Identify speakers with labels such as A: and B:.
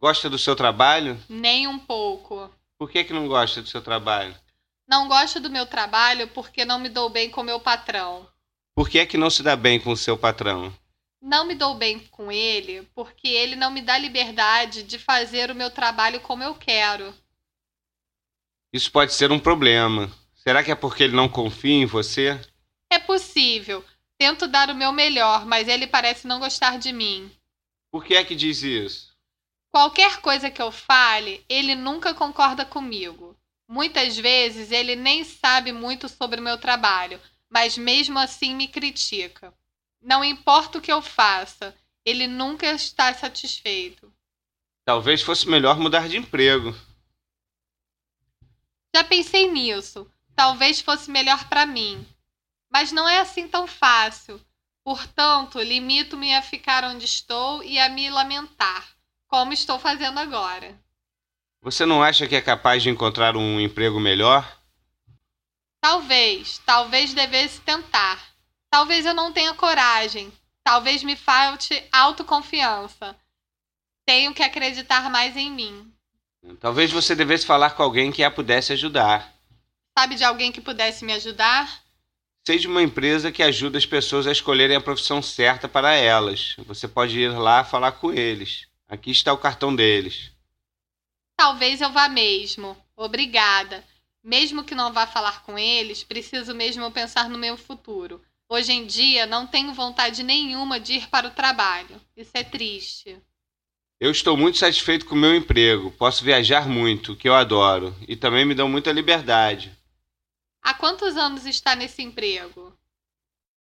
A: Gosta do seu trabalho?
B: Nem um pouco.
A: Por que, que não gosta do seu trabalho?
B: Não gosto do meu trabalho porque não me dou bem com meu patrão.
A: Por que, que não se dá bem com o seu patrão?
B: Não me dou bem com ele porque ele não me dá liberdade de fazer o meu trabalho como eu quero.
A: Isso pode ser um problema. Será que é porque ele não confia em você?
B: É possível. Tento dar o meu melhor, mas ele parece não gostar de mim.
A: Por que é que diz isso?
B: Qualquer coisa que eu fale, ele nunca concorda comigo. Muitas vezes ele nem sabe muito sobre o meu trabalho, mas mesmo assim me critica. Não importa o que eu faça, ele nunca está satisfeito.
A: Talvez fosse melhor mudar de emprego.
B: Já pensei nisso. Talvez fosse melhor para mim. Mas não é assim tão fácil. Portanto, limito-me a ficar onde estou e a me lamentar, como estou fazendo agora.
A: Você não acha que é capaz de encontrar um emprego melhor?
B: Talvez, talvez devesse tentar. Talvez eu não tenha coragem. Talvez me falte autoconfiança. Tenho que acreditar mais em mim.
A: Talvez você devesse falar com alguém que a pudesse ajudar.
B: Sabe de alguém que pudesse me ajudar?
A: Sei de uma empresa que ajuda as pessoas a escolherem a profissão certa para elas. Você pode ir lá falar com eles. Aqui está o cartão deles.
B: Talvez eu vá mesmo. Obrigada. Mesmo que não vá falar com eles, preciso mesmo pensar no meu futuro. Hoje em dia não tenho vontade nenhuma de ir para o trabalho. Isso é triste.
A: Eu estou muito satisfeito com o meu emprego. Posso viajar muito, que eu adoro, e também me dão muita liberdade.
B: Há quantos anos está nesse emprego?